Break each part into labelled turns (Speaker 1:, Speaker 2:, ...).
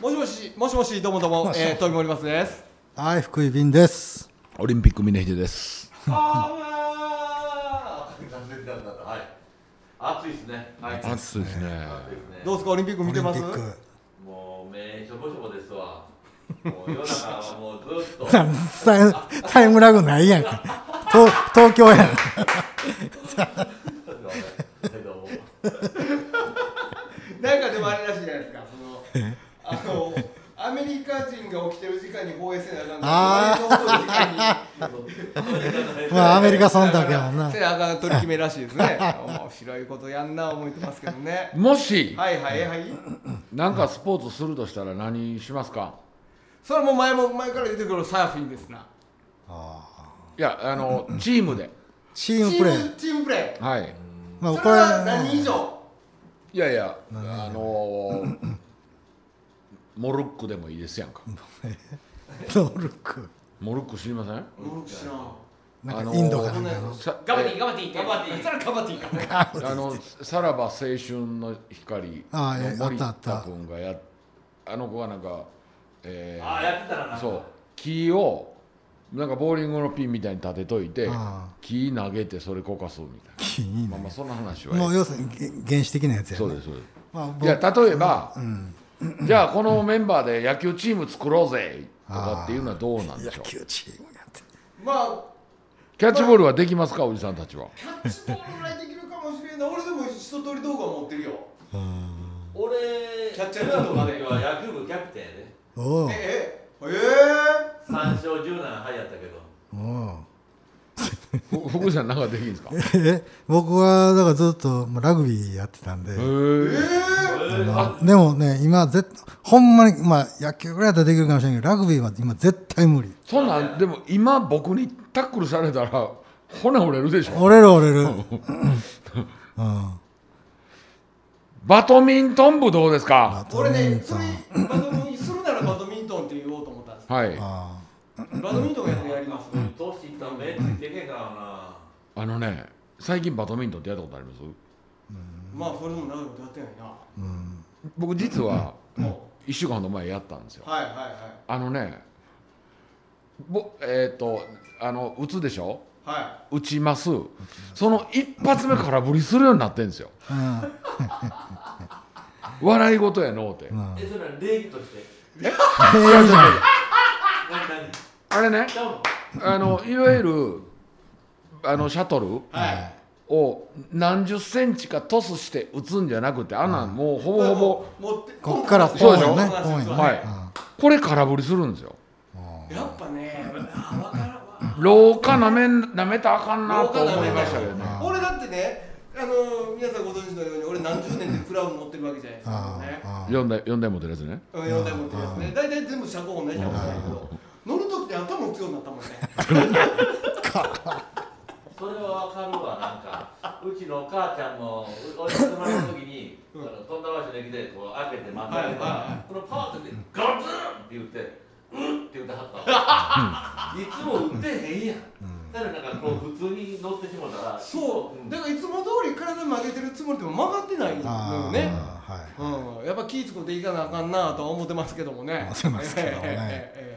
Speaker 1: もしもし、もしもし、どうもどうも、えー、富森ますです。
Speaker 2: はい、福井便です。
Speaker 3: オリンピック峰秀です。
Speaker 1: あー、残念だった。はい。暑いですね。はい。
Speaker 3: 暑いですね。
Speaker 1: どうですか、オリンピック見てます
Speaker 2: オリン。ピック。
Speaker 4: もう目しょぼしょぼですわ。もう夜中はもうずっと
Speaker 2: タイタイムラグないやんか。東東京やん。
Speaker 4: どうも
Speaker 1: なんかでもあれらしいじゃないですか。その、あの、アメリカ人が起きてる時間に放映せなあ
Speaker 2: あ
Speaker 1: かんから。
Speaker 2: まあアメリカ忖度やもんな
Speaker 1: せ。なあかん取り決めらしいですね。 面白いことやんな思ってますけどね。
Speaker 3: もし、
Speaker 1: はいはいはい。
Speaker 3: なんかスポーツするとしたら何しますか
Speaker 1: それも前も前から出てくるサーフィンですな。
Speaker 3: いや、あの、チームで。
Speaker 2: チ
Speaker 1: チ
Speaker 2: ームプレ
Speaker 1: ーム
Speaker 2: ー。
Speaker 1: チームプレー。
Speaker 3: はい。
Speaker 2: まあ
Speaker 1: そ
Speaker 2: こ
Speaker 1: れ
Speaker 2: れ
Speaker 1: は何以上。
Speaker 3: いやいや、あのー、モルックでもいいですやんか。
Speaker 2: ノルク。
Speaker 3: モルック知りません
Speaker 1: うん知らん。
Speaker 2: なんかインドか
Speaker 3: あ
Speaker 2: なん
Speaker 3: の
Speaker 2: か
Speaker 3: ー
Speaker 2: の。
Speaker 3: さ
Speaker 5: 頑張っていい、頑張っていいって。
Speaker 1: 頑張っていい。それ頑張っていいからね。
Speaker 3: あのさらば青春の光
Speaker 2: あえ
Speaker 3: の森
Speaker 2: あ
Speaker 3: 田
Speaker 2: ったあった
Speaker 3: 君がやあの子がなんか、え
Speaker 4: ああ、やってたらなん
Speaker 3: ー、
Speaker 4: か。
Speaker 3: そう木をなんかボーリングのピンみたいに立てといて
Speaker 2: ああ
Speaker 3: 木投げてそれこかすみたいな
Speaker 2: 金いい
Speaker 3: まあ
Speaker 2: ね
Speaker 3: まあそんな話はええ
Speaker 2: もう要するにげ原始的なやつや
Speaker 3: そう
Speaker 2: ね
Speaker 3: で。すそうです
Speaker 2: まあ僕
Speaker 3: いや例えば、じゃあこのメンバーで野球チーム作ろうぜとかっていうのはどうなんで
Speaker 2: 野
Speaker 3: しょう
Speaker 2: 球チームやって。
Speaker 1: まあ。
Speaker 3: キャッチボールはできますかおじさんたちは
Speaker 1: キャッチボールぐらいできるかもしれんない俺でも一通り動画持ってるよ
Speaker 4: 俺、
Speaker 1: キャッチャーだと
Speaker 4: と
Speaker 1: ま
Speaker 4: ま
Speaker 1: で
Speaker 4: では野球部キャプテンやで。
Speaker 2: おう
Speaker 1: えええ
Speaker 4: 3勝17敗やったけど。
Speaker 2: おう。
Speaker 3: ふ福ちゃんなんかできるんですかへ
Speaker 2: え僕はだからずっとまあラグビーやってたんで。
Speaker 1: ええ
Speaker 3: え
Speaker 1: え
Speaker 4: えーあ
Speaker 2: でもね今ぜほんまにまあ野球ぐらいだったらできるかもしれんけどラグビーは今絶対無理。
Speaker 3: そんなんでも今僕にタックルされたら骨折れるでしょ
Speaker 2: 折れる折れる。うん。
Speaker 3: バドミントン部どうですか
Speaker 1: 俺ねそれバドミンするならバドミントンって言おうと思ったんです
Speaker 3: はい
Speaker 2: あ
Speaker 1: バドミントンやってやります
Speaker 4: 年いったら目ついてけんからな。
Speaker 3: あのね最近バドミントンってやったことあります
Speaker 1: まあそれでも長いことやってないな
Speaker 3: 僕実は
Speaker 1: も
Speaker 3: 1週間ほど前やったんですよ
Speaker 1: うはいはいは
Speaker 3: あのねぼえっ、とあの打つでしょ
Speaker 1: いは
Speaker 3: 打ちますその一発目空振りするようになってんですよ
Speaker 2: あ。
Speaker 3: 笑い事やのうて
Speaker 2: うん。うん。
Speaker 4: え、それは礼儀として。
Speaker 2: ええじゃん。
Speaker 4: 何何
Speaker 3: あれね
Speaker 4: ちゃうの
Speaker 3: あのいわゆるあのシャトル
Speaker 1: いはい
Speaker 3: を何十センチかトスして打つんじゃなくてあんなんもうほぼほぼ
Speaker 1: 持って
Speaker 2: こっから
Speaker 3: そうでしょ
Speaker 1: こんな
Speaker 2: こうや
Speaker 1: 話
Speaker 2: ね
Speaker 1: すわ
Speaker 3: は
Speaker 2: う
Speaker 3: い
Speaker 2: ん
Speaker 3: これ空振りするんですよ
Speaker 1: やっぱねあ分からんわ
Speaker 3: 廊下なめんなめたらあかんな
Speaker 1: 廊
Speaker 3: と
Speaker 1: 下舐
Speaker 3: 思
Speaker 1: め
Speaker 3: い
Speaker 1: た
Speaker 3: ま
Speaker 1: ら
Speaker 3: したけどね
Speaker 2: あー
Speaker 1: 俺だってねあの皆さんご存知のように俺何十年でクラウン持ってるわけじゃないですか
Speaker 2: あ
Speaker 1: ね
Speaker 2: あ。
Speaker 3: 四台四台持ってるやつね
Speaker 1: うん、4台持ってるやつね。大体全部車高同じやもんね。乗るときって頭打つようになったもんね。
Speaker 4: それはわかるわ、なんか。うちのお母ちゃんも、う俺が生まれた時に、あの飛んだ場所できて、こう開けて待ってたけど
Speaker 1: はいはいは
Speaker 4: このパワーってガツンって言って、うんって言ってはったわ。いつも打ってへんやん。だからなんかこう普通に乗ってしもたら、。
Speaker 1: そう。だからいつも通り体曲げてるつもりでも曲がってないのよ
Speaker 2: あ
Speaker 1: ね。
Speaker 2: あ。はい。
Speaker 1: うん、やっぱ気ぃつこていかなあかんなあとは思ってますけども ね。
Speaker 2: 思ってますけどね
Speaker 1: ええええ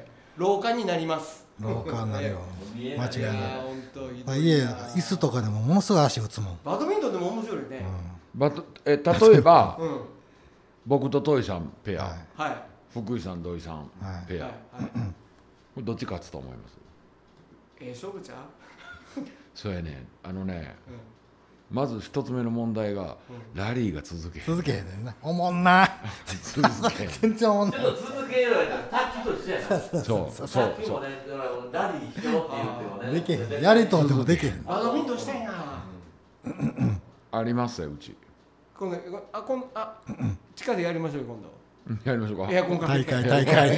Speaker 1: ええ廊下になります。
Speaker 2: 廊下になるよ
Speaker 4: 見え
Speaker 2: 間
Speaker 4: な
Speaker 2: 違
Speaker 4: い
Speaker 2: い
Speaker 1: いや
Speaker 2: ない
Speaker 1: ー、本当ひどいな
Speaker 2: 家椅子とかでもものすごい足打つもん。
Speaker 1: バドミントンでも面白いね。
Speaker 3: バトえ例えば
Speaker 1: うん。
Speaker 3: 僕とトイさんペア、
Speaker 2: はい
Speaker 1: はい。
Speaker 3: 福井さん土井さん
Speaker 2: はい
Speaker 1: はい。
Speaker 3: ペア、
Speaker 1: はい
Speaker 3: こ。れどっち勝つと思います
Speaker 1: ええ勝負ちゃう
Speaker 3: そうやねあのね
Speaker 1: うん
Speaker 3: まず一つ目の問題が、ラリーが続けへん
Speaker 2: 続けへんねんな。おもんな。
Speaker 3: 続けへん
Speaker 2: 全然おもん
Speaker 4: ち
Speaker 2: な
Speaker 4: ょ
Speaker 2: い
Speaker 4: っ。と続けようやったら、卓球と一緒やな。
Speaker 3: そう そうそ
Speaker 4: 卓球も
Speaker 3: う
Speaker 4: ね、だからラリーしようって
Speaker 2: で
Speaker 4: 言
Speaker 2: け
Speaker 4: っても
Speaker 2: へ
Speaker 4: ね。
Speaker 2: ん。やりとんでもできへん。
Speaker 1: バドミントンしたんや。
Speaker 3: ありますようち
Speaker 1: 今度、あ、こん、あ、地下でやりましょうよ、今度。
Speaker 3: うんやりましょうか
Speaker 1: エアコンかけ
Speaker 2: 大
Speaker 1: て。
Speaker 2: 会大会。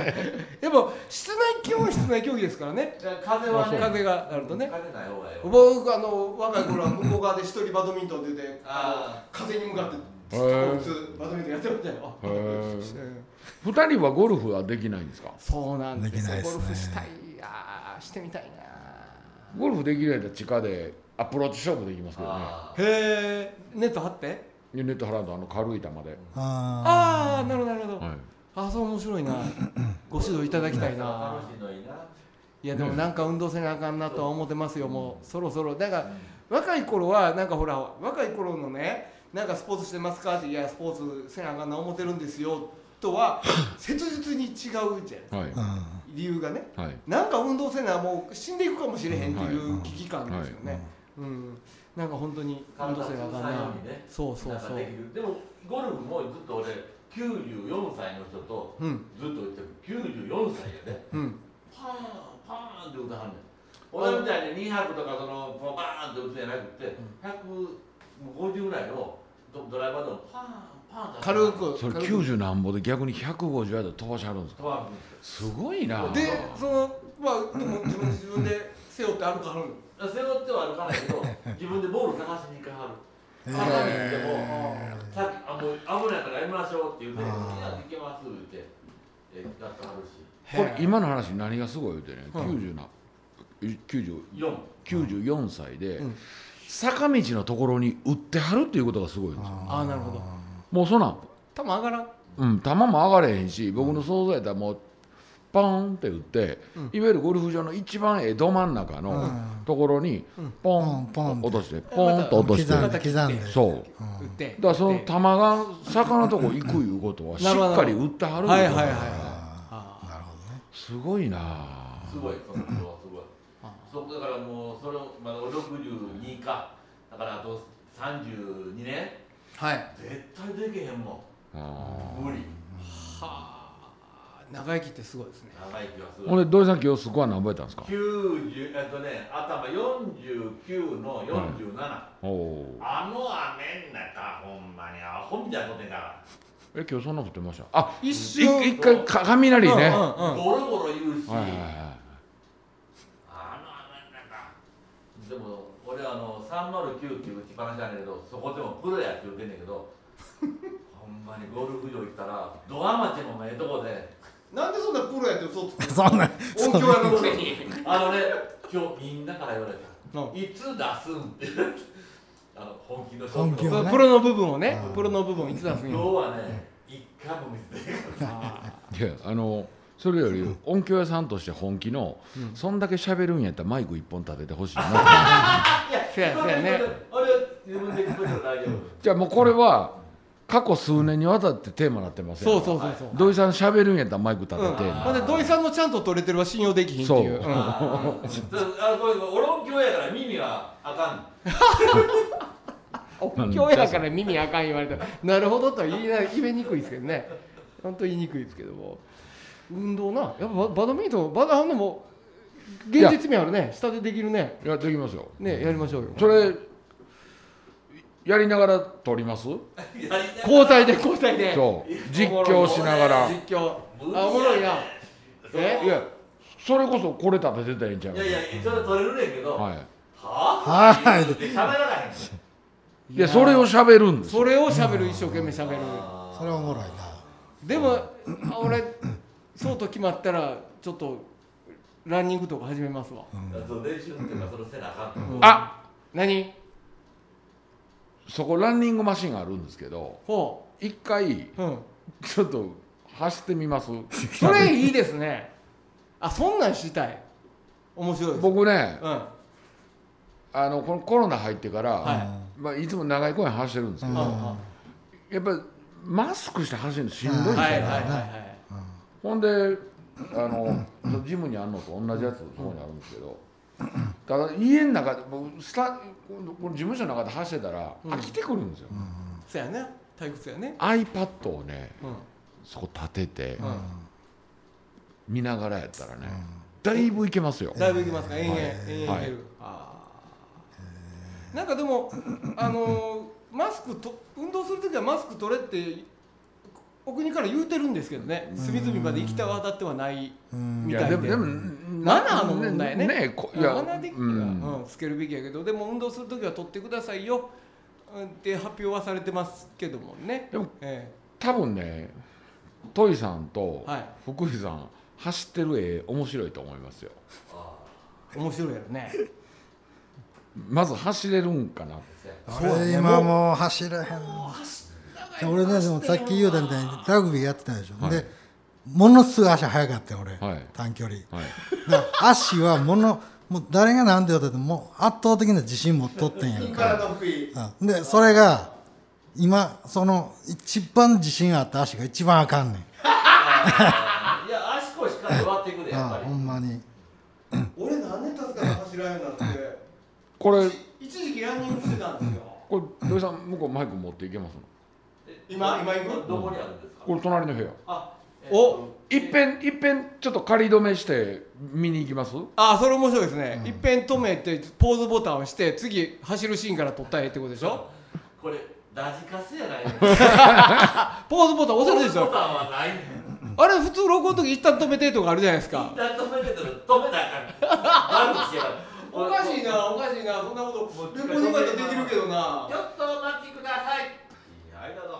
Speaker 1: でも室内基本室内競技ですからね
Speaker 4: じゃあ風はね、
Speaker 1: 風があるとね
Speaker 4: 風ない方がいいよ。
Speaker 1: 僕あの若い頃は向こう側で一人バドミントン出てあ
Speaker 4: あ
Speaker 1: の風に向かって
Speaker 3: へ
Speaker 1: こ
Speaker 3: ー
Speaker 1: いつバドミントンやってましたよ
Speaker 3: へー
Speaker 1: うん
Speaker 3: 二人はゴルフはできないんですか
Speaker 1: そうなんですよ
Speaker 2: できないです
Speaker 1: ゴ
Speaker 2: ね
Speaker 1: ルフしたいあーしてみたいな
Speaker 3: ゴルフできないと地下でアプローチ勝負できますけどね
Speaker 4: あ
Speaker 1: へえネット張って
Speaker 3: ネット払うとあの軽い球で、
Speaker 2: ああ。
Speaker 1: ああなるほどなるほど、
Speaker 3: はい
Speaker 1: あそう面白いなご指導いただきたいな
Speaker 4: 楽しいのいいな。
Speaker 1: いやでもなんか運動せなあかんなとは思ってますよもうそろそろだから若い頃はなんかほら若い頃のねなんかスポーツしてますかっていやスポーツせなあかんな思ってるんですよと は切実に違うじゃん
Speaker 3: はい
Speaker 2: うん
Speaker 1: 理由がね
Speaker 3: はい
Speaker 1: なんか運動せなもう死んでいくかもしれへんっていう危機感ですよねうんなんか本当に運動せなあかん
Speaker 4: 体
Speaker 1: な
Speaker 4: を潰さんようにね
Speaker 1: そうそう
Speaker 4: なん
Speaker 1: そ
Speaker 4: か
Speaker 1: う
Speaker 4: できるでもゴルフもずっと俺94歳の人と
Speaker 1: うん
Speaker 4: ずっと言ってる94歳やで
Speaker 1: うん
Speaker 4: パーンパーンって打たはんねん俺みたいに200とかそのポカーンって打つんじゃなくて150ぐらいをドドライバーでもパーンパーンって当ては
Speaker 1: 軽
Speaker 4: んねん
Speaker 1: く
Speaker 3: それ
Speaker 1: 軽く
Speaker 3: 90なんぼで逆に150ヤード飛ばしはるんですか
Speaker 4: 飛ばんねん
Speaker 3: すごいな
Speaker 1: でそのまあでも自分自分で背負って歩かはるの
Speaker 4: 背負っては歩かないけど自分でボール探しに行かはる
Speaker 2: へ
Speaker 4: 花に行ってもさっきあもう危ないからやめましょうって言って「い
Speaker 2: あ
Speaker 4: や行
Speaker 2: ー
Speaker 4: けます」って言ってやってはるし
Speaker 3: これ今の話何がすごい言うてね
Speaker 1: うん
Speaker 3: 90な90
Speaker 4: 4
Speaker 3: 94歳で、
Speaker 1: うん
Speaker 3: 坂道のところに打ってはるっていうことがすごいんですよ
Speaker 1: ああなるほど
Speaker 3: もうそんなん
Speaker 1: 多分上がらん
Speaker 3: うん、球も上がれへんし僕の想像やったらもうパーンって打って、
Speaker 1: うん
Speaker 3: いわゆるゴルフ場の一番ええど真ん中
Speaker 2: う
Speaker 3: の
Speaker 2: ん
Speaker 3: ところに
Speaker 1: うん
Speaker 3: ポン
Speaker 2: ポンポン
Speaker 3: と落としてポンと落として
Speaker 2: 刻ん
Speaker 1: ま
Speaker 2: で
Speaker 1: た
Speaker 2: 刻
Speaker 1: 切
Speaker 2: ん
Speaker 1: っ
Speaker 2: で
Speaker 1: て
Speaker 3: そう
Speaker 1: 打って
Speaker 3: だからその球が坂のとこ行くいうことはし
Speaker 1: なるほど
Speaker 3: っかり打ってはるん
Speaker 1: はい
Speaker 3: だ
Speaker 1: はいはい
Speaker 2: あーなるほどね
Speaker 3: すごいなあ
Speaker 4: すごいその人はすごいそうだからもうそれをまだ俺62かだからあと32年
Speaker 1: はいは
Speaker 4: 絶対できへんも
Speaker 3: あ
Speaker 4: ん無理
Speaker 1: あ長生きってすごいですね
Speaker 4: 長生きはす
Speaker 3: ー
Speaker 4: ご
Speaker 3: ほん
Speaker 4: い
Speaker 3: で土井さん今日スコア何ぼやったんですか
Speaker 4: 90えっとね頭49の47、
Speaker 3: おお
Speaker 4: あの雨ん中ほんまにアホみたいなことになら
Speaker 3: ーえ今日そんな降ってましたあ
Speaker 1: 一
Speaker 3: い一回か雷ね、
Speaker 1: うんうん
Speaker 3: は
Speaker 4: ゴロゴロ言うし、
Speaker 3: いはいは
Speaker 4: あの雨ん中でも俺あの309っていう打ちっぱなしなんだけどそこでもプロやって言うてんねんけど ほんまにゴルフ場行ったらドアマチのええとこで
Speaker 6: なんでそんなプロやって嘘つくの
Speaker 2: そんな
Speaker 6: 音響屋のくせに
Speaker 4: あのね、今日みんなから言われ
Speaker 1: う
Speaker 4: た。いつ出すんって。 あの本気の勝負
Speaker 2: 本気
Speaker 1: そ
Speaker 2: を
Speaker 1: う
Speaker 2: ね
Speaker 1: プロの部分をね
Speaker 2: うん
Speaker 1: プロの部分をいつ出すん
Speaker 4: 今日
Speaker 1: や
Speaker 4: はね、一回も見せてないか
Speaker 1: あ
Speaker 3: いいやあのそれより音響屋さんとして本気の、
Speaker 1: うん
Speaker 3: そんだけ喋るんやったらマイク一本立ててほしいな
Speaker 4: ら。い や、
Speaker 1: せやせやね
Speaker 4: あれ、自分で聞くの大丈夫。
Speaker 3: じゃあもうこれは過去数年にわたってテーマになってます
Speaker 1: ー
Speaker 3: よ、
Speaker 1: そうそうそうそう
Speaker 3: 土井さん喋るんやったらマイク立て
Speaker 1: うん
Speaker 3: て、
Speaker 1: ほんで土井さんのちゃんと取れてるは信用できひんっていう
Speaker 3: そ
Speaker 1: うん
Speaker 4: あーうんあ、これ、俺音響やから、耳はあかん。
Speaker 1: 音響やから耳あかん言われたらなるほどとは言いな言えにくいですけどね本当言いにくいですけども運動なやっぱババドミントンバドハンドも現実味あるね下でできるね
Speaker 3: いやできますよ
Speaker 1: ねやりましょうよ
Speaker 3: それやりながら撮ります
Speaker 4: やりたい
Speaker 1: 交代で交代で
Speaker 3: そう実況しながら
Speaker 1: 実況
Speaker 4: 無理や
Speaker 1: あおもろいなえ
Speaker 3: いやそれこそこれ食べてたらいいんちゃう
Speaker 4: いやいや、それ取れるねんけど。は
Speaker 3: は
Speaker 4: あ。
Speaker 2: はい
Speaker 4: で、喋らない。
Speaker 3: い、いやそれを喋るんですよ
Speaker 1: それをしゃべる一生懸命しゃべる
Speaker 4: あー
Speaker 2: それはおもろいな
Speaker 1: でもあ俺そうと決まったらちょっとランニングとか始めますわ
Speaker 4: そう練習っていうか、そのせなあかんと思う。
Speaker 3: あ
Speaker 1: 何
Speaker 3: そこランニングマシンがあるんですけど
Speaker 1: ほ
Speaker 3: 一回
Speaker 1: ううん
Speaker 3: ちょっと走ってみます
Speaker 1: それいいですねあそんなんしたい面白いです
Speaker 3: 僕ね
Speaker 1: うん
Speaker 3: あのこのコロナ入ってから、
Speaker 1: はい
Speaker 3: まあ、いつも長い公園走ってるんですけ
Speaker 1: うん
Speaker 3: ど、
Speaker 1: は
Speaker 3: やっぱりマスクして走るのしんどいんです
Speaker 1: い
Speaker 3: よ、
Speaker 1: はいはいは
Speaker 3: ほんであのそのジムにあるのと同じやつそこにあるんですけどただ家の中で僕スタこのこの事務所の中で走ってたら
Speaker 1: うん
Speaker 3: 飽きてくるんですよ、
Speaker 1: いそうやね退屈やね
Speaker 3: iPad をね
Speaker 1: うん
Speaker 3: そこ立てて
Speaker 1: うん
Speaker 3: 見ながらやったらね、だいぶいけますよ、
Speaker 1: だいぶいきますか延々
Speaker 3: はい
Speaker 1: 延々いけるあーなんかでもあのーマスクと運動するときはマスク取れってお国から言うてるんですけどね隅々まで行きた渡ってはない
Speaker 2: うん
Speaker 3: い
Speaker 1: み
Speaker 3: や
Speaker 1: たい
Speaker 3: で
Speaker 1: で
Speaker 3: もでも
Speaker 1: マナーの問題やね
Speaker 3: ねこいや
Speaker 1: マナー的に
Speaker 3: う
Speaker 1: は、
Speaker 3: ん
Speaker 1: うん、つけるべきやけどでも運動するときは取ってくださいようんって発表はされてますけどもね
Speaker 3: でも
Speaker 1: え
Speaker 3: 多分ねトイさんと
Speaker 1: はい
Speaker 3: 福井さん走ってる絵面白いと思いますよ
Speaker 4: あ
Speaker 1: え面白いやろね
Speaker 3: まず走れるんかな
Speaker 4: ーせや
Speaker 2: 俺今もう走れへん俺ねでもさっき言うたみたいにラグビーやってたでしょ、
Speaker 3: はい
Speaker 2: でものすごい足速かったよ俺、
Speaker 3: はい
Speaker 2: 短距離
Speaker 3: はい
Speaker 2: だから足はものもう誰が何て言ったってもう圧倒的な自信持っとってんやんか
Speaker 6: 体の福井
Speaker 2: うんでそれが今その一番自信あった足が一番あかん
Speaker 4: い
Speaker 2: ねん
Speaker 4: や足腰から弱っていくでやっぱ
Speaker 2: あ
Speaker 4: り
Speaker 2: ほんまに
Speaker 6: 俺何年経つから走らんようになって
Speaker 3: これ
Speaker 6: 一時期ランニングしてたんですよ
Speaker 3: これ土井さん向こうマイク持っていけますの
Speaker 6: 今今行く
Speaker 4: どこにあるんですか
Speaker 3: これ隣の部屋
Speaker 4: あえっと
Speaker 1: お
Speaker 3: いっぺんいっぺんちょっと仮止めして見に行きます
Speaker 1: あそれ面白いですね、いっぺん止めてポーズボタンを押して次走るシーンから撮ったらええってことでしょ
Speaker 4: これラジカセやないの
Speaker 1: ポーズボタン押せるでし
Speaker 4: ボ
Speaker 1: ょ
Speaker 4: タンはないねん
Speaker 1: あれ普通録音の時一旦止めてとかあるじゃないです
Speaker 4: イン
Speaker 1: か
Speaker 4: ター止めてたら止めたらあかん悪口やから
Speaker 6: おかしいなおかしいなそんなことレポートまでできるけどな
Speaker 4: ちょっとお待ちくださいいやありがとう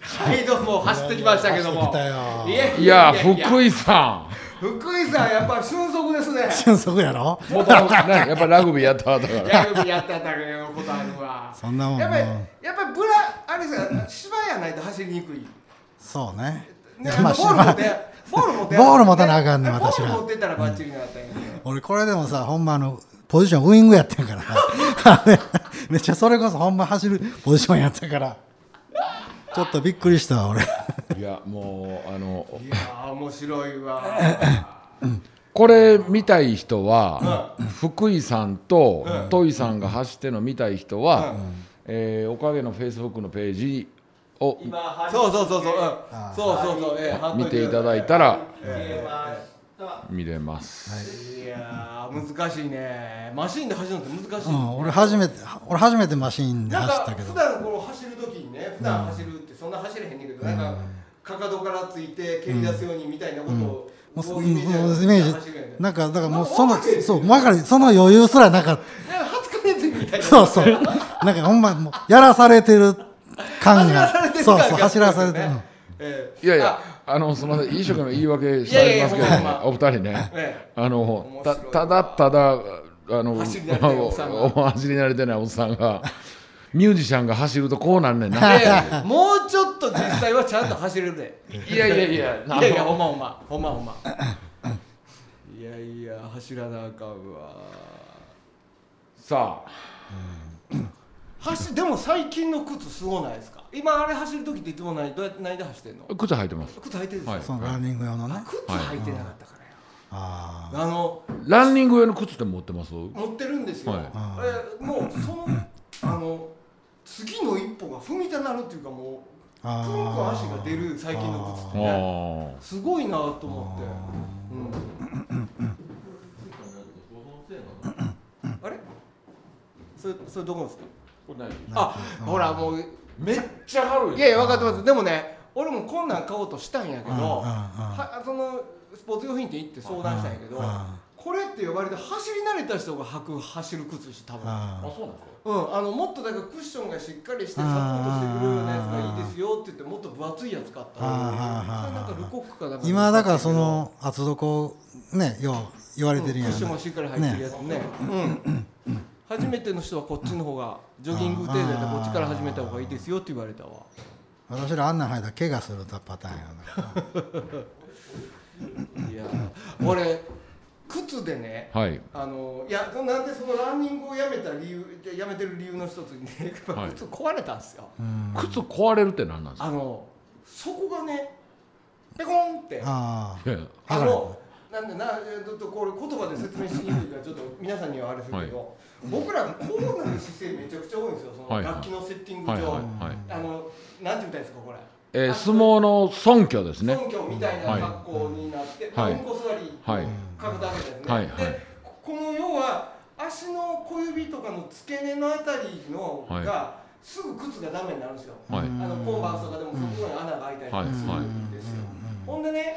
Speaker 1: はいどうも走ってきましたけども
Speaker 2: 走ってきたよ
Speaker 1: や
Speaker 3: いや
Speaker 1: いや
Speaker 3: 福井さ
Speaker 6: 福井さんやっぱ俊足ですね
Speaker 2: 俊足やろ
Speaker 3: んも ともとねやっぱラグビーやった後だから
Speaker 1: ラグビーやってたけどことあるわ
Speaker 2: そんなもん
Speaker 1: やっぱり
Speaker 2: もう
Speaker 1: やっぱりブラあれさ芝やないと走りにくい
Speaker 2: そうね
Speaker 1: ね
Speaker 2: ま
Speaker 1: あの
Speaker 2: あ
Speaker 1: ボール持っ
Speaker 2: しま
Speaker 1: てボール持って
Speaker 2: ボール持たなあかんねん
Speaker 1: ボ
Speaker 2: 私
Speaker 1: ー
Speaker 2: ら
Speaker 1: ル持ってたらバッチリなったんやけど
Speaker 2: 俺これでもさほんまあのポジションウイングやってんから なあれめっちゃそれこそほんま走るポジションやったからちょっとびっくりしたわ俺
Speaker 3: いやもうあの
Speaker 1: いやー面白いわ
Speaker 3: これ見たい人は、福井さんと戸井さんが走ってるの見たい人は、えーおかげのフェイスブックのページを
Speaker 4: 今走
Speaker 1: そうそうそうそう、うん
Speaker 2: ー、
Speaker 1: そうそうそう、ええ貼っと
Speaker 3: 見ていた
Speaker 1: い
Speaker 3: だいたら
Speaker 4: 消えました
Speaker 3: 見れます。
Speaker 1: ていやー難しいねマシンで走るのって難しい、
Speaker 2: うん、俺初めて俺初めてマシンで
Speaker 1: なん
Speaker 2: 走っ
Speaker 1: か
Speaker 2: たけど
Speaker 1: 普段この走る時にね普段走るってそんな走れへんねんけど、なんかかかとからついて蹴り出すようにみたいなことを、
Speaker 2: もうそ
Speaker 1: こ
Speaker 2: う
Speaker 1: う
Speaker 2: うん
Speaker 1: いう
Speaker 2: そうイ
Speaker 1: イ
Speaker 2: メ
Speaker 1: メージ
Speaker 2: ー
Speaker 1: で走
Speaker 2: ジ
Speaker 1: るやんね
Speaker 2: なんかだからもう
Speaker 1: まあ
Speaker 2: その
Speaker 1: わかる
Speaker 2: そうまかりその余裕すらなかっ
Speaker 1: なんか初金銭みた
Speaker 2: た
Speaker 1: いな
Speaker 2: そうそうなんかほんまもうやらされてる感
Speaker 1: 走ら
Speaker 2: が
Speaker 1: されてる
Speaker 2: そ
Speaker 1: 感
Speaker 2: う
Speaker 1: が
Speaker 2: そう走らされてる、
Speaker 1: ねええ
Speaker 3: いやいやあのすみません一生懸命言い訳してありますけど、
Speaker 1: いやい
Speaker 3: ね
Speaker 1: や、
Speaker 3: お二人ね
Speaker 1: え
Speaker 3: あの
Speaker 1: 面
Speaker 3: た
Speaker 1: 白いわ
Speaker 3: ただただあの
Speaker 1: 走り慣れてないおっさんが
Speaker 3: お走り慣れてないおっさんがミュージシャンが走るとこうなんねんな。
Speaker 1: えいやいやもうちょっと実際はちゃんと走れるで
Speaker 3: いやいやいや
Speaker 1: いやいやほんまほんまほんまほんまいやいや走らなあかんわ
Speaker 3: さあ
Speaker 1: 走でも最近の靴すごないですか今あれ走る時っていつも何どうやって何で走ってんの
Speaker 3: 靴履いてます。
Speaker 1: 靴履いてるでしょ、
Speaker 3: はい
Speaker 2: そのランニング用のね
Speaker 1: あ靴履いてなかったからよ、
Speaker 2: あ
Speaker 1: あの
Speaker 3: ランニング用の靴って持ってます？
Speaker 1: 持ってるんですよ、
Speaker 3: はい
Speaker 1: えもうそのあの次の一歩が踏みたなるっていうかも
Speaker 2: あ
Speaker 1: うプンプン
Speaker 2: あ
Speaker 1: 足が出る最近の靴ってね
Speaker 3: ああ。
Speaker 1: すごいなと思って、うん、あれそれそれどこですか
Speaker 3: これ何
Speaker 1: あほらもう
Speaker 3: めっちゃ軽い
Speaker 1: いやいや分かってますでもね俺もこんなん買おうとしたんやけど
Speaker 2: うんうんうん
Speaker 1: はそのスポーツ用品店行って相談したんやけど
Speaker 2: うんうん
Speaker 1: これって呼ばれて走り慣れた人が履く走る靴し多分
Speaker 2: あー
Speaker 3: そうなんですか
Speaker 1: うん、あのもっとだからクッションがしっかりしてサポートしてくれるようなやつがいいですよって言ってもっと分厚いやつ買ったの
Speaker 2: あー
Speaker 1: な
Speaker 2: はーはー
Speaker 1: んかルコックかなんか
Speaker 2: 今だからその厚底ねよう言わ
Speaker 1: う
Speaker 2: れ
Speaker 1: んク
Speaker 2: てるやん、
Speaker 1: ッションがしっかり入ってるやつねうん、初めての人はこっちの方がジョギング程度やったらこっちから始めた方がいいですよって言われたわ
Speaker 2: 私らあんなん履いたら怪我するパターンやない
Speaker 1: やー俺靴でね
Speaker 3: はい。
Speaker 1: あのいやなんでそのランニングをやめた理由でやめてる理由の一つにねやっぱ靴壊れたんですよ、
Speaker 2: うん
Speaker 3: 靴壊れるって何なんですか
Speaker 1: あのそこがねペコンって
Speaker 2: あ
Speaker 3: いやいや
Speaker 1: あ
Speaker 2: あ
Speaker 1: のなんでなえーちょっとこれ言葉で説明しにくいからちょっと皆さんにはあれですけど、僕らこうなる姿勢めちゃくちゃ多いんですよそ
Speaker 3: は
Speaker 1: の
Speaker 3: いはい
Speaker 1: 楽器のセッティング上、
Speaker 3: はいはいはい
Speaker 1: あのなんて言ったらいいんですかこれ
Speaker 3: えー相撲の尊虚ですね
Speaker 1: 尊虚みたいな格好になって、まあ
Speaker 3: はい
Speaker 1: うんこ座り
Speaker 3: はい
Speaker 1: かくだけですね、
Speaker 3: はいはい
Speaker 1: でここの要は足の小指とかの付け根のあたりのが、すぐ靴がダメになるんですよ、
Speaker 3: はい
Speaker 1: あのコンバースとかでもそこに穴が開いたりとかするんですよ、ほんでね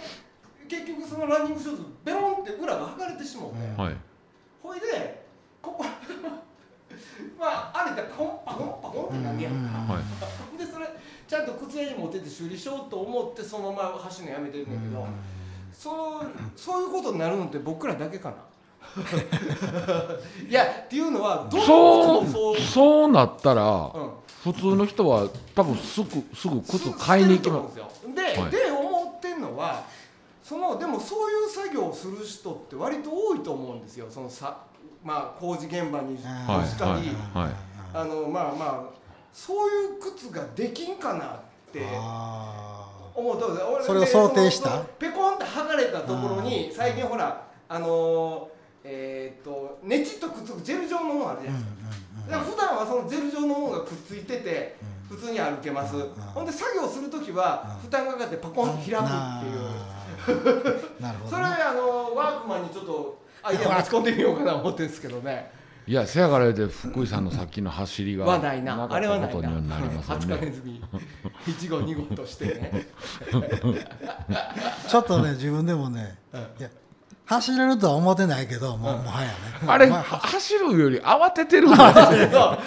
Speaker 1: 結局そのランニングショーツベロンって裏が剥がれてしまうね、
Speaker 3: はい
Speaker 1: ほいでこ こまああれだコンパコンパコンってなんやんか、
Speaker 3: はい
Speaker 1: でそれちゃんと靴屋に持ってって修理しようと思ってそのまま走るのやめてるんだけど、そのそういうことになるのって僕らだけかな いやっていうのはど
Speaker 3: そう
Speaker 1: そう
Speaker 3: うそうなったら
Speaker 1: うん
Speaker 3: 普通の人は多分すぐすぐ靴買いに行き
Speaker 1: るん
Speaker 3: ま
Speaker 1: ですすよで,、
Speaker 3: はい
Speaker 1: で思ってんのはそのでもそういう作業をする人って割と多いと思うんですよそのさ、まあ、工事現場にし
Speaker 2: あー
Speaker 1: たり、
Speaker 2: い
Speaker 7: はい
Speaker 1: あのまあまあそういう靴ができんかなって
Speaker 2: あ
Speaker 1: 思うと俺
Speaker 2: それを想定した
Speaker 1: でそのペコンって剥がれたところに
Speaker 2: うん
Speaker 1: 最近ほらあのーえーっとねちっとくっつくジェル状のものあるじ
Speaker 2: ー
Speaker 1: ゃ
Speaker 2: うん
Speaker 1: ないですか
Speaker 2: うん
Speaker 1: だから普段はそのジェル状のものがくっついてて普通に歩けます、
Speaker 2: うんうん
Speaker 1: ほんで作業する時は
Speaker 2: うん
Speaker 1: 負担がかかってパコンって開くっていう、
Speaker 2: うなるほ
Speaker 1: そ
Speaker 2: ど
Speaker 1: れ
Speaker 2: ね
Speaker 1: あのワークマンにちょっとア イデア持ち込んでみようかな思ってるんですけど ね
Speaker 3: いやせやから言うて福井さんのさっきの走りが
Speaker 1: はないな
Speaker 3: か
Speaker 1: あ
Speaker 3: っ
Speaker 1: れは
Speaker 3: た
Speaker 1: ない
Speaker 3: こと
Speaker 1: な
Speaker 3: になりますよ
Speaker 1: 20日ネ
Speaker 3: ね
Speaker 1: ズ ミ1号2号としてね
Speaker 2: ちょっとね自分でもねいや走れるとは思ってないけどもうもはやね
Speaker 3: あれ
Speaker 2: ま
Speaker 3: は走るより慌ててるんだ
Speaker 1: そう慌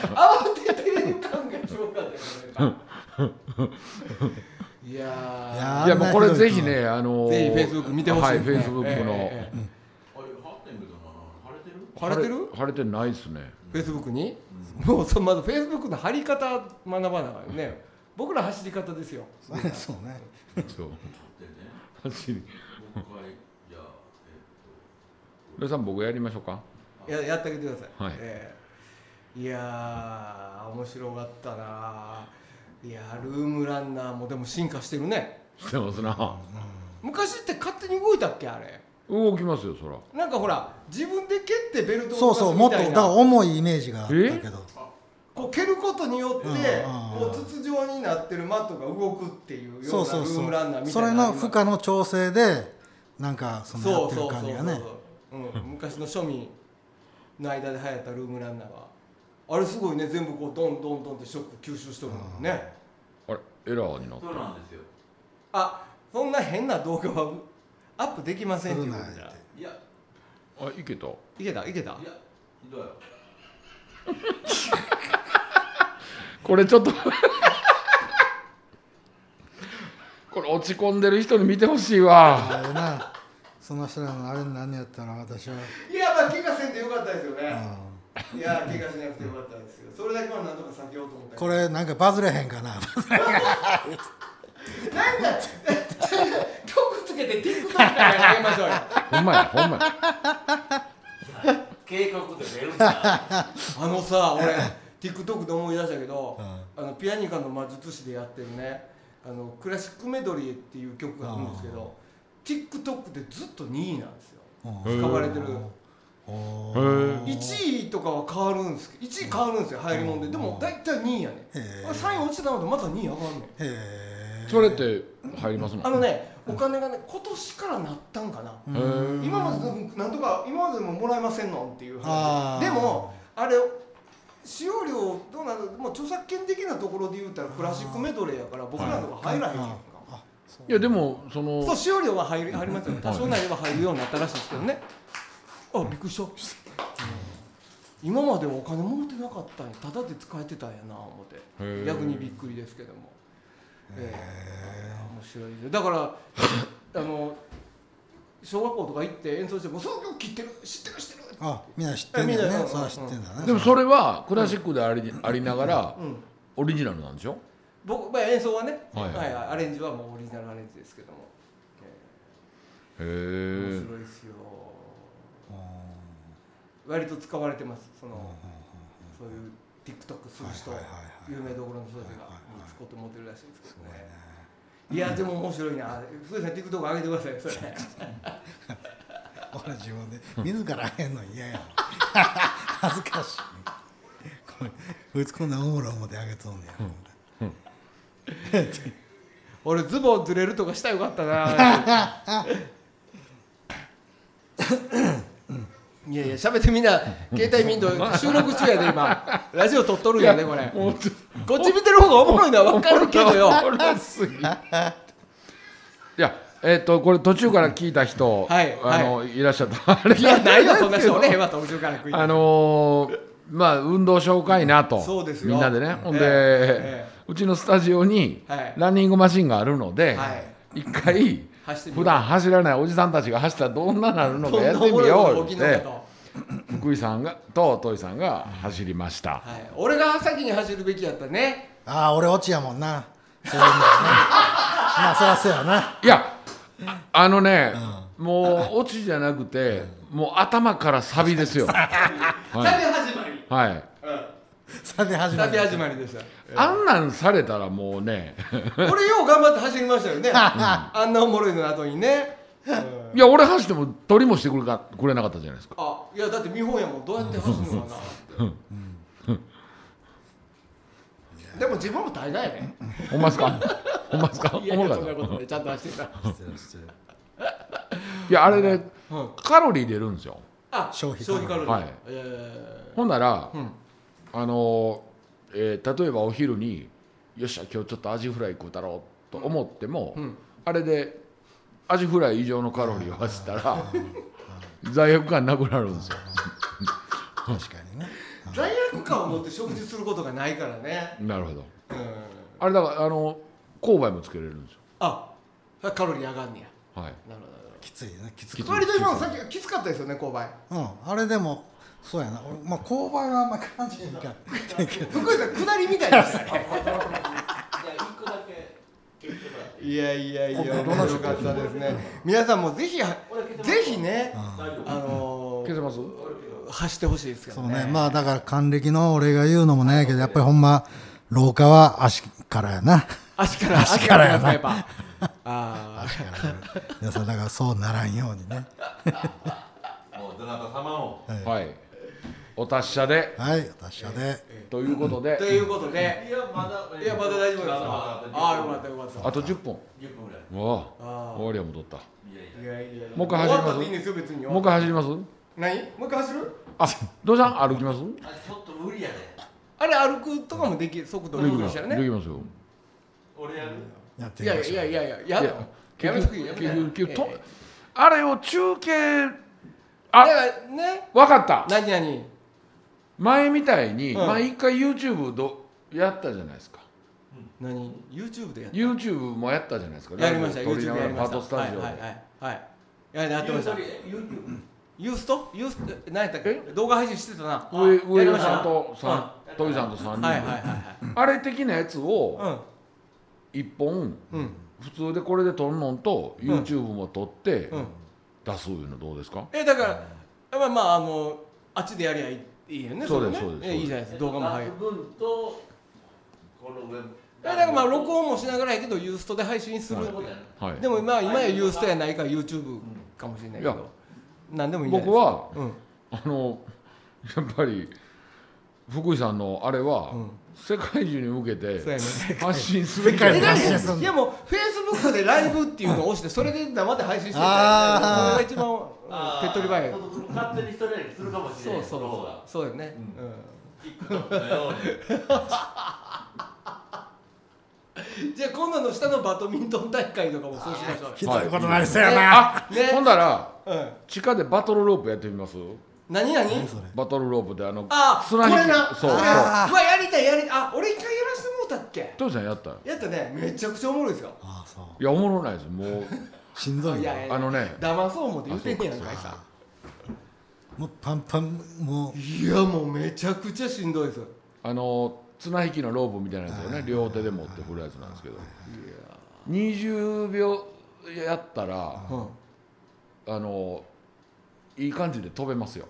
Speaker 1: ててる感がすごかったですねいやー
Speaker 2: いやー
Speaker 3: いやもうこれぜひねあの
Speaker 1: ぜひフェイスブック見てほしい、
Speaker 3: はいフェイスブックの、
Speaker 1: えええええ
Speaker 4: あれ貼ってんけどな貼れてる
Speaker 1: え貼れてる
Speaker 3: 晴れてないですね
Speaker 1: フェイスブックに、もうそまずフェイスブックの貼り方学ばなあかんね僕ら走り方ですよ
Speaker 2: あそうね
Speaker 3: そう
Speaker 4: 貼ってね
Speaker 3: 走り
Speaker 4: もう一回じゃあ え
Speaker 3: 皆さん僕やりましょうか
Speaker 1: ややってあげてください、
Speaker 3: はい
Speaker 1: ええいやー面白かったなあいやールームランナーもでも進化してるね
Speaker 3: してますな
Speaker 1: 昔って勝手に動いたっけあれ
Speaker 3: 動きますよそら
Speaker 1: なんかほら自分で蹴ってベルトを
Speaker 2: そうそうもっと
Speaker 1: 動か
Speaker 2: だ
Speaker 1: すみ
Speaker 2: か
Speaker 1: たいな
Speaker 2: ら重いイメージがあったけど
Speaker 1: こう蹴ることによって、
Speaker 2: うんうんうん
Speaker 1: こう筒状になってるマットが動くっていうよ
Speaker 2: そう
Speaker 1: うな
Speaker 2: そ
Speaker 1: ル
Speaker 2: う
Speaker 1: ー
Speaker 2: そ
Speaker 1: ムランナー
Speaker 2: う
Speaker 1: みた
Speaker 2: そ
Speaker 1: いな
Speaker 2: れ
Speaker 1: のが
Speaker 2: の負荷の調整でなんかそのやっ
Speaker 1: そう
Speaker 2: てる
Speaker 1: そうそう
Speaker 2: 感じ
Speaker 1: そう
Speaker 2: がね
Speaker 1: そう、うん、昔の庶民の間で流行ったルームランナーがあれすごいね全部こうドンドンドンってショック吸収しとるもんね、
Speaker 3: あれエラーにな
Speaker 4: っ
Speaker 3: っ
Speaker 4: とそ
Speaker 3: た
Speaker 4: うなんですよ
Speaker 1: あそんな変な動画はアップできませんっていうこと
Speaker 2: す
Speaker 1: じ
Speaker 2: るな
Speaker 1: ゃ
Speaker 2: って
Speaker 4: いや
Speaker 3: あいけた
Speaker 1: いけたいけた
Speaker 4: いやひどいよ
Speaker 3: これちょっと これ落ち込んでる人に見てほしいわ
Speaker 2: あれなその人らのあれ何やったら私は、
Speaker 1: いやまあ怪我せんでよかったですよ
Speaker 2: うん
Speaker 1: ね、いや怪我しなくてよかったですよそれだけはなんとか避けようと思ったけど
Speaker 2: これなんかバズれへんかな
Speaker 1: なんか曲つけて TikTok からやりましょうよ
Speaker 3: ほんまやほんまや
Speaker 4: 計画で出るん だ
Speaker 1: あのさ俺 TikTok で思い出したけど、
Speaker 2: う
Speaker 1: あのピアニカの魔術師でやってるねあのクラシックメドリーっていう曲があるんですけど TikTok でずっと2位なんですよ
Speaker 2: うん
Speaker 1: 使われてる
Speaker 2: お
Speaker 3: へ
Speaker 2: ー
Speaker 1: 1位とかは変わるんですけど1位変わるんですよ入りもんででも大体2位やね
Speaker 2: へー
Speaker 1: 3位落ちたのとまた2位上がんねん
Speaker 2: へー
Speaker 3: それって入りますの
Speaker 1: あのねお金がね今年からなったんかな
Speaker 3: へー
Speaker 1: 今までなんとか今までももらえませんのっていう
Speaker 2: あ
Speaker 1: 話
Speaker 2: ー
Speaker 1: でもあれ使用料どうなるもう著作権的なところで言うたらクラシックメドレーやから僕らのとか入らへんやんか、
Speaker 2: あそう
Speaker 3: いやでもその
Speaker 1: そう使用料は入り入りますよ多少なれば入るようになったらしいですけどねあびっくりした、今まではお金儲けてなかったんやただで使えてたんやな思って
Speaker 3: へー
Speaker 1: 逆にびっくりですけども、ええ面白いねだから あの小学校とか行って演奏してもうその曲聴ってる知ってる知ってる
Speaker 2: あみんな知ってんだよ
Speaker 1: みんな
Speaker 2: ねそれは知ってんだね
Speaker 3: でもそれはクラシックであり,、ありながら
Speaker 1: うん
Speaker 3: オリジナルなんでしょ
Speaker 1: 僕、まあ、演奏はね、
Speaker 3: は
Speaker 1: はいい
Speaker 3: はい
Speaker 1: はいアレンジはもうオリジナルアレンジですけども、
Speaker 3: へ
Speaker 1: ええ
Speaker 3: え
Speaker 1: 面白いですよ割と使われてますその、そういう TikTok する人、
Speaker 2: はいはいはいはい
Speaker 1: 有名どころの人たちが使って持ってるらしいですけどね。いやでも面白いな。ふうさん TikTok 上げてください。それ。
Speaker 2: 俺自分で自ら入んの嫌や恥ずかしいこれこいつこんなおもろい思ってあげとんねや
Speaker 1: 俺ズボンずれるとかしたらよかったな。いやいや喋ってみんな携帯 見んと収録中やで今ラジオ撮っとるんやねこれ
Speaker 3: もうちょっ
Speaker 1: こっち見てる方がおもろいのは分かるけどよ
Speaker 3: と辛すぎいやえっ、とこれ途中から聞いた人、
Speaker 1: はい
Speaker 3: あの、い、らっしゃったあれ
Speaker 1: いやないよそんな人俺へんわ途中から食い
Speaker 3: あのーまあ運動紹介なと
Speaker 1: そうですよ
Speaker 3: みんなでねほんで、
Speaker 1: えええ
Speaker 3: うちのスタジオに
Speaker 1: はい
Speaker 3: ランニングマシンがあるので、
Speaker 1: はい
Speaker 3: 一回
Speaker 1: 走ってみよ
Speaker 3: 普
Speaker 1: う
Speaker 3: 段走らないおじさんたちが走ったらどんななるのか
Speaker 1: どん
Speaker 3: や
Speaker 1: な
Speaker 3: ってみ
Speaker 1: もの
Speaker 3: よ
Speaker 1: が
Speaker 3: う
Speaker 1: 起
Speaker 3: っ
Speaker 1: きんのか
Speaker 3: て
Speaker 1: と
Speaker 3: 福井さんがと戸井さんが走りました、
Speaker 1: はい、俺が先に走るべきやったね。
Speaker 2: ああ俺落ちやもんなそういうのはなまあそらそうやない
Speaker 3: やあのね、もうオチじゃなくて、もう頭からサビ ですよ。
Speaker 1: 旅
Speaker 3: はい。
Speaker 1: 始 まり
Speaker 3: はい。
Speaker 2: サビ始まり
Speaker 1: 旅始まりでした
Speaker 3: あんなんされたらもうね、
Speaker 1: 俺よう頑張って走りましたよね あんなおもろいの後にね、うん
Speaker 3: いや俺走っても取りもしてくれかくれなかったじゃないですか。
Speaker 1: あいやだって見本やもんどうやって走るのかなってでも自分も大概やね
Speaker 3: ほんまです か？ほんまですか？
Speaker 1: いや
Speaker 3: お
Speaker 1: い
Speaker 3: も
Speaker 1: や
Speaker 3: ろ
Speaker 1: そ
Speaker 3: か
Speaker 1: んな
Speaker 3: っ
Speaker 1: ことないちゃんと走ってた
Speaker 2: 失礼失礼
Speaker 3: たいやあれね、
Speaker 1: うん
Speaker 3: カロリー出るんですよ。
Speaker 1: あ
Speaker 2: 消費カ
Speaker 1: 消
Speaker 2: ロリー
Speaker 1: 費カロリー、
Speaker 3: はい
Speaker 1: え
Speaker 3: ほんなら、
Speaker 1: うん
Speaker 3: あのーえー例えばお昼によっしゃ今日ちょっとアジフライ食うたろうと思っても、
Speaker 1: ん
Speaker 3: あれでアジフライ以上のカロリーを走ったら罪悪感なくなるんですよ。
Speaker 2: 確かにね
Speaker 1: ー罪悪感を持って食事することがないからね、
Speaker 3: なるほど。
Speaker 1: うん、
Speaker 3: あれだからあの購買もつけれるんですよ。
Speaker 1: あカロリー上がんねや
Speaker 3: はい。
Speaker 1: なるほどなるほど
Speaker 2: きついねきつ
Speaker 3: き
Speaker 2: く
Speaker 3: つい
Speaker 1: 割と今のさっききつかったですよね購買
Speaker 2: うんあれでもそうやな俺まあ勾配はあんま感じへんから
Speaker 1: 福井さん下りみたいでしたね
Speaker 4: や一個だけ言ってもらっていい
Speaker 1: いやいやいや
Speaker 2: どん
Speaker 1: 面
Speaker 2: な
Speaker 1: 白かったですね皆さんもぜひぜ
Speaker 4: 俺聞いてます
Speaker 1: ひね
Speaker 4: 大丈夫
Speaker 1: あの
Speaker 3: 消
Speaker 1: ー
Speaker 3: せます？
Speaker 1: 走ってほしいですけ
Speaker 2: そ
Speaker 1: ど
Speaker 2: う
Speaker 1: ね
Speaker 2: ねまあだから還暦の俺が言うのもないけどやっぱりほんま老化は足からやな
Speaker 1: 足から
Speaker 2: 足からやな
Speaker 1: 足からやっぱあー
Speaker 2: 皆さんだからそうならんようにね
Speaker 4: もうどなた様も
Speaker 3: はい。お達者で
Speaker 2: はい私はね
Speaker 3: ということで
Speaker 1: と、いうこと
Speaker 4: い
Speaker 1: で
Speaker 4: やまだ
Speaker 1: いやまだ大丈夫です
Speaker 4: ま
Speaker 1: か
Speaker 4: だ
Speaker 1: ああよかったよかった
Speaker 3: あと10分。
Speaker 4: 10分ぐらい
Speaker 3: わあ、
Speaker 1: あー
Speaker 3: 終わりは戻った。
Speaker 4: いやいや
Speaker 1: いやいやいや
Speaker 3: もう一回走ります
Speaker 1: 終わったっていいんですよ別に
Speaker 3: もう一回走ります？
Speaker 1: 何もう一回走る
Speaker 3: あ、どうしたん？歩きます？
Speaker 4: あちょっと無理やで
Speaker 1: あれ歩くとかもでき速度
Speaker 3: でき
Speaker 1: 緩く
Speaker 3: ま
Speaker 1: し
Speaker 3: す
Speaker 1: た
Speaker 3: よ
Speaker 1: ら
Speaker 3: でき
Speaker 1: ね
Speaker 3: ますよ。
Speaker 4: 俺やる
Speaker 2: やって
Speaker 1: い
Speaker 2: いき
Speaker 1: や
Speaker 2: ま
Speaker 1: い
Speaker 2: しょ
Speaker 1: や
Speaker 2: う
Speaker 1: いやいやや
Speaker 3: い
Speaker 1: ややめとくやめと
Speaker 3: 結局結
Speaker 1: く
Speaker 3: 局と
Speaker 1: え
Speaker 3: あれを中継
Speaker 1: え
Speaker 3: あ
Speaker 1: だからね
Speaker 3: わかった
Speaker 1: 何何
Speaker 3: 前みたいに
Speaker 1: うん
Speaker 3: 毎回 YouTube どやったじゃないですか
Speaker 1: 何 YouTube でやっ
Speaker 3: YouTube もやったじゃないですか
Speaker 1: やりました
Speaker 3: ライブを撮
Speaker 1: YouTube やりま
Speaker 3: パ
Speaker 1: し
Speaker 3: ー
Speaker 1: た
Speaker 3: トスタジオで、
Speaker 1: はいはいはいはいいややってました
Speaker 4: 言うとり
Speaker 1: ユーストユースト何やったっけ動画配信してたな
Speaker 3: 上
Speaker 1: やり
Speaker 3: 上田
Speaker 1: ました
Speaker 3: さんとさん
Speaker 4: うん
Speaker 3: 富さんと3人で、
Speaker 1: はいはいはい
Speaker 3: あれ的なやつを
Speaker 1: はい
Speaker 3: 1本
Speaker 1: うんうん
Speaker 3: 普通でこれで撮るのんと
Speaker 1: ん
Speaker 3: YouTube も撮って
Speaker 1: うん
Speaker 3: 出すいうのどうですか、
Speaker 1: えだからまあまああのあっちでやりゃいいよね
Speaker 3: そうです
Speaker 1: れね
Speaker 3: そうです
Speaker 1: えいいじゃないですか動画も入る
Speaker 4: 部分とこの上
Speaker 1: えだからまあ録音もしながらやけどユーストで配信す
Speaker 4: そ
Speaker 1: る
Speaker 4: ういうことやな
Speaker 3: はい、
Speaker 1: でもまあ今やユーストやないから YouTube かもしれないけ
Speaker 3: いや
Speaker 1: ど何でもいいんじゃない
Speaker 3: 僕
Speaker 1: ですか
Speaker 3: は
Speaker 1: うん
Speaker 3: あのやっぱり福井さんのあれは、
Speaker 1: うん
Speaker 3: 世界中に向けて
Speaker 1: そうやね
Speaker 3: 発信すべき
Speaker 2: 世界
Speaker 1: え
Speaker 2: に
Speaker 1: だっ
Speaker 2: 発信
Speaker 1: て
Speaker 2: する
Speaker 1: いやもうフェイスブックでライブっていうのを押してそれで生で配信してた
Speaker 2: あ
Speaker 1: ら
Speaker 2: ー
Speaker 1: それが一番うん手っ取り早い
Speaker 4: 勝手に一人やりするかもしれ
Speaker 1: そ
Speaker 4: な
Speaker 1: う
Speaker 4: い
Speaker 1: そう
Speaker 4: の方が
Speaker 1: そうだよね
Speaker 4: う
Speaker 1: うん
Speaker 4: TikTok のように
Speaker 1: じゃあ今度の下のバドミントン大会とかもそうしましょうよ
Speaker 2: ひどいことなりそうや
Speaker 1: はい
Speaker 2: な
Speaker 3: あ、
Speaker 1: ね
Speaker 3: ほんだら
Speaker 1: うん
Speaker 3: 地下でバトルロープやってみます
Speaker 1: 何何
Speaker 2: 何それ
Speaker 3: バトルロープであの
Speaker 1: あこれ
Speaker 3: 砂引き
Speaker 1: な
Speaker 3: そう
Speaker 1: こ
Speaker 3: そう
Speaker 1: れな
Speaker 2: あー
Speaker 1: うわやりたいやりたいあ俺一回やらせてもうたっけ
Speaker 3: トミさんやったい
Speaker 1: やったねめちゃくちゃおもろいですよ
Speaker 2: ああそ
Speaker 3: やおもろないですもう
Speaker 2: うしんどい
Speaker 1: い
Speaker 2: よ
Speaker 1: やいや
Speaker 3: あのね
Speaker 1: 騙そう思って言ってんねやんかいさ
Speaker 2: もうパンパンもう
Speaker 1: いやもうめちゃくちゃしんどいですい
Speaker 3: あの綱引きのロープみたいなやつをね両手で持って振るやつなんですけど20秒やったら
Speaker 1: やうん
Speaker 3: あのいい感じで飛べますよ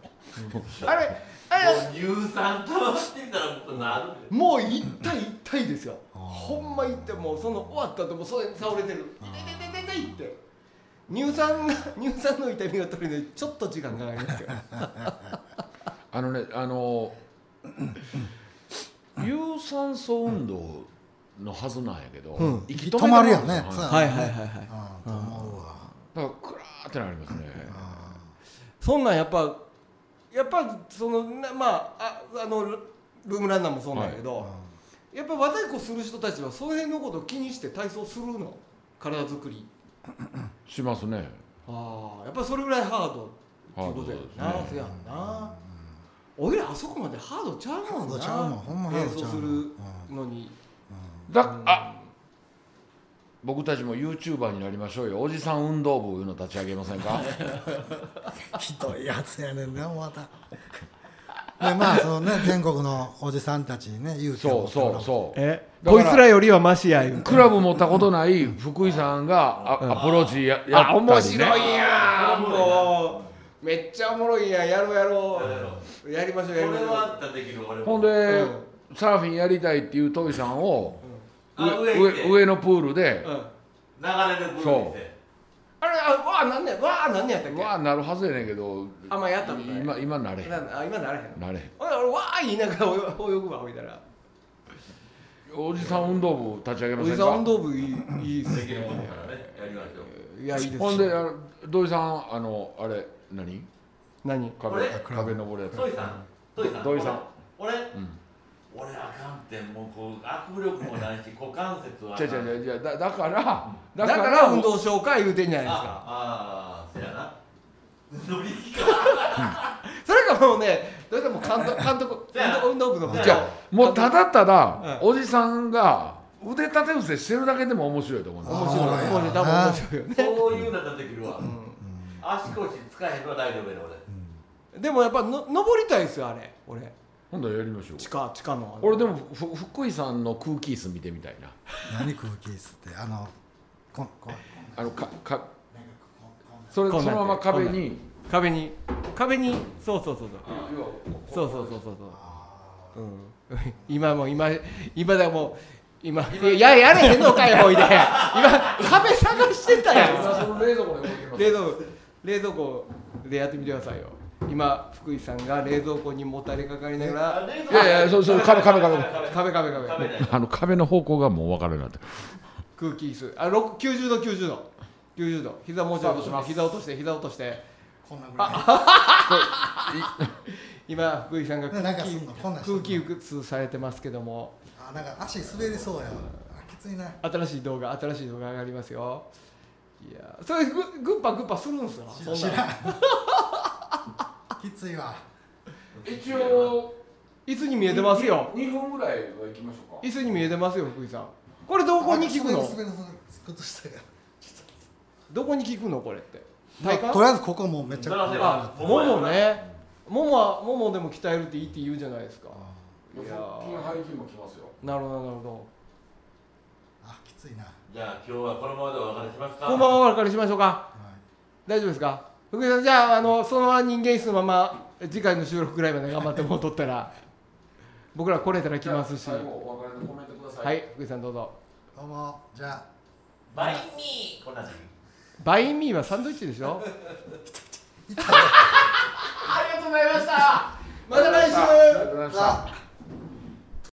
Speaker 1: あれあれ
Speaker 4: もう乳酸溜まってたらとなる
Speaker 1: もう一体一体ですよほんま言ってもうその終わった後もそれ倒れてる痛い痛い痛い痛いって乳酸が 乳酸の痛みが取れるのにちょっと時間かかりますよ
Speaker 3: あのね あの有酸素運動のはずなんやけど、
Speaker 1: ん
Speaker 3: 息
Speaker 2: 止まるよ
Speaker 3: んです
Speaker 2: ねそうや
Speaker 1: はいはいはいはい
Speaker 2: うんと思うわ
Speaker 3: だからクラーってなりますね、
Speaker 1: そんなんやっぱやっぱそのなまあああのルルームランナーもそうなんやけど、やっぱ和太鼓する人たちはその辺のことを気にして体操するの体作り
Speaker 3: しますね
Speaker 1: ああやっぱそれぐらいハードっていうことやんな
Speaker 3: ハードで
Speaker 1: そうやんなおいらあそこまでハードちゃうもんな
Speaker 2: ハードちゃうもんほんまハードちゃうもん
Speaker 1: 演奏するのに、
Speaker 3: だあ僕たちも YouTuber になりましょうよおじさん運動部いうの 立ち上げませんか
Speaker 2: ひどいやつやねんなまたまあそのね全国のおじさんたちにね勇気
Speaker 3: そ
Speaker 2: を
Speaker 3: うそうそう
Speaker 1: え
Speaker 3: だか
Speaker 1: こ
Speaker 3: ら
Speaker 1: いつらよりはマシや言うて
Speaker 3: クラブ持ったことない福井さんがあアプローチややったり、ね、
Speaker 1: あ面白いやん
Speaker 4: これは
Speaker 1: もうめっちゃおもろいやんやろうやろ
Speaker 4: やろ
Speaker 1: うやりましょう
Speaker 4: れ
Speaker 1: やりましょ
Speaker 4: はあったらできる俺も
Speaker 3: ほんで、
Speaker 1: うん
Speaker 3: サーフィンやりたいっていうトイさんを、
Speaker 4: あ上行
Speaker 3: 上
Speaker 4: って
Speaker 3: 上上のプールで
Speaker 1: う、
Speaker 4: 流
Speaker 1: うん、
Speaker 4: れでプールにして
Speaker 1: あれあわあ何年わあ何年やったっ
Speaker 3: う
Speaker 1: け
Speaker 3: わあなるはずやねんけど
Speaker 1: あんまやったことない
Speaker 3: 今今なれへん
Speaker 1: なんあ今ならへん
Speaker 3: なれへん
Speaker 1: ほんで俺わあ言いながら泳 泳ぐわほいだら
Speaker 3: おじさん運動部立ち上げま
Speaker 1: お
Speaker 3: せん
Speaker 1: じさん運
Speaker 3: か
Speaker 1: 動部いいいいっす
Speaker 4: できるもんだ
Speaker 1: ね
Speaker 4: からねやりましょう
Speaker 1: いやいいです
Speaker 3: ほんであの土井さんあのあれ何
Speaker 1: 何
Speaker 4: こ
Speaker 3: 壁
Speaker 4: れ
Speaker 3: 壁登るや
Speaker 4: トイさんトイさん
Speaker 3: トイさん
Speaker 4: 俺
Speaker 3: つうん
Speaker 4: 俺あかんってもうこう握力もないし股関節は
Speaker 3: 違う違う違う違うだだから
Speaker 1: だから運動紹介言うてんじゃないですか
Speaker 4: ああーせやな乗り気 か
Speaker 1: それかもうねどうせもう監督監督
Speaker 4: せやな
Speaker 1: 運動部の部
Speaker 4: せ
Speaker 1: 長
Speaker 4: や
Speaker 3: もうただただ、
Speaker 1: う
Speaker 3: おじさんが腕立て伏せしてるだけでも面白いと思うんです
Speaker 1: 面白い
Speaker 2: あー
Speaker 1: 面白い多分面白いよね
Speaker 4: そういうのができるわ足腰使えへんのは大丈夫やね
Speaker 1: でもやっぱの登りたいですよあれ俺
Speaker 3: 今度やりましょう
Speaker 1: 地下地下のあの
Speaker 3: 俺でもふ福井さんの空気椅子見てみたいな
Speaker 2: 何空気吸ってあのこんこん
Speaker 3: あのかかそれ
Speaker 1: こ
Speaker 3: そ
Speaker 1: んな
Speaker 3: の
Speaker 1: んやって
Speaker 3: まま壁に
Speaker 1: 壁に壁にそうそうそうそう
Speaker 3: 要は
Speaker 1: そうそうそうそうそううん 今もう今今だもう今いややれへんのかいほいで今壁探してたやん
Speaker 3: 今その冷蔵庫に置いてます
Speaker 1: 冷蔵庫冷蔵庫でやってみてくださいよ今福井さんが冷蔵庫にもたれかかりながら
Speaker 4: 俺
Speaker 3: いやいやそうそう壁壁壁
Speaker 1: 壁壁壁
Speaker 4: 壁だよ
Speaker 3: あの壁の方向がもう分からなくなってる
Speaker 1: 空気椅子あ六90度90度90度膝もうちょ
Speaker 3: スタートしま
Speaker 1: い
Speaker 3: す
Speaker 1: 膝落として膝落として
Speaker 2: こんなぐら
Speaker 1: 今福井さんが
Speaker 2: いねなんか
Speaker 1: 空
Speaker 2: す
Speaker 1: 気
Speaker 2: んのこんなんすん
Speaker 1: 空
Speaker 2: の
Speaker 1: 気うつされてますけども
Speaker 2: あなんか足滑りそうやあきついな
Speaker 1: 新しい動画新しい動画上がりますよいやーそれググッパグッパするんすよそん
Speaker 2: 知
Speaker 1: な
Speaker 2: ら
Speaker 1: ん
Speaker 2: んきついわ
Speaker 3: 一応
Speaker 1: 椅子に見えてますよ
Speaker 3: 2分ぐらいは行きましょうか
Speaker 1: 椅子に見えてますよ福井さんこれどこに効く
Speaker 2: あ
Speaker 1: の
Speaker 2: 滑り滑り靴下が
Speaker 1: どこに効くのこれって体幹
Speaker 2: とりあえずここもうめっちゃ
Speaker 4: だから
Speaker 1: あ、ももね。ももは、ももでも鍛えるっていいって言うじゃないですか。いや
Speaker 3: 腹筋
Speaker 1: ー
Speaker 3: 背筋もきますよ
Speaker 1: なるほど、なるほど。
Speaker 2: あきついな、は
Speaker 4: じゃあ今日はこのままでお別れしますか
Speaker 1: こんばんは、お別れしましょうか。
Speaker 2: い
Speaker 1: 大丈夫ですか。福井さん、じゃあ、あの、そのまま人間室のまま、次回の収録ぐらいまで頑張ってもう撮ったら。 僕ら来れたら来ますし。
Speaker 3: じゃあ最後
Speaker 1: は
Speaker 3: お別れのコメントください
Speaker 1: い、福井さん、どうぞ。
Speaker 2: どうもじゃ
Speaker 4: バインミーこんなんでいい
Speaker 1: バインミーはサンドイッチでしょ
Speaker 4: ありがとうございました
Speaker 1: また来週
Speaker 3: ありがとうございました
Speaker 2: あ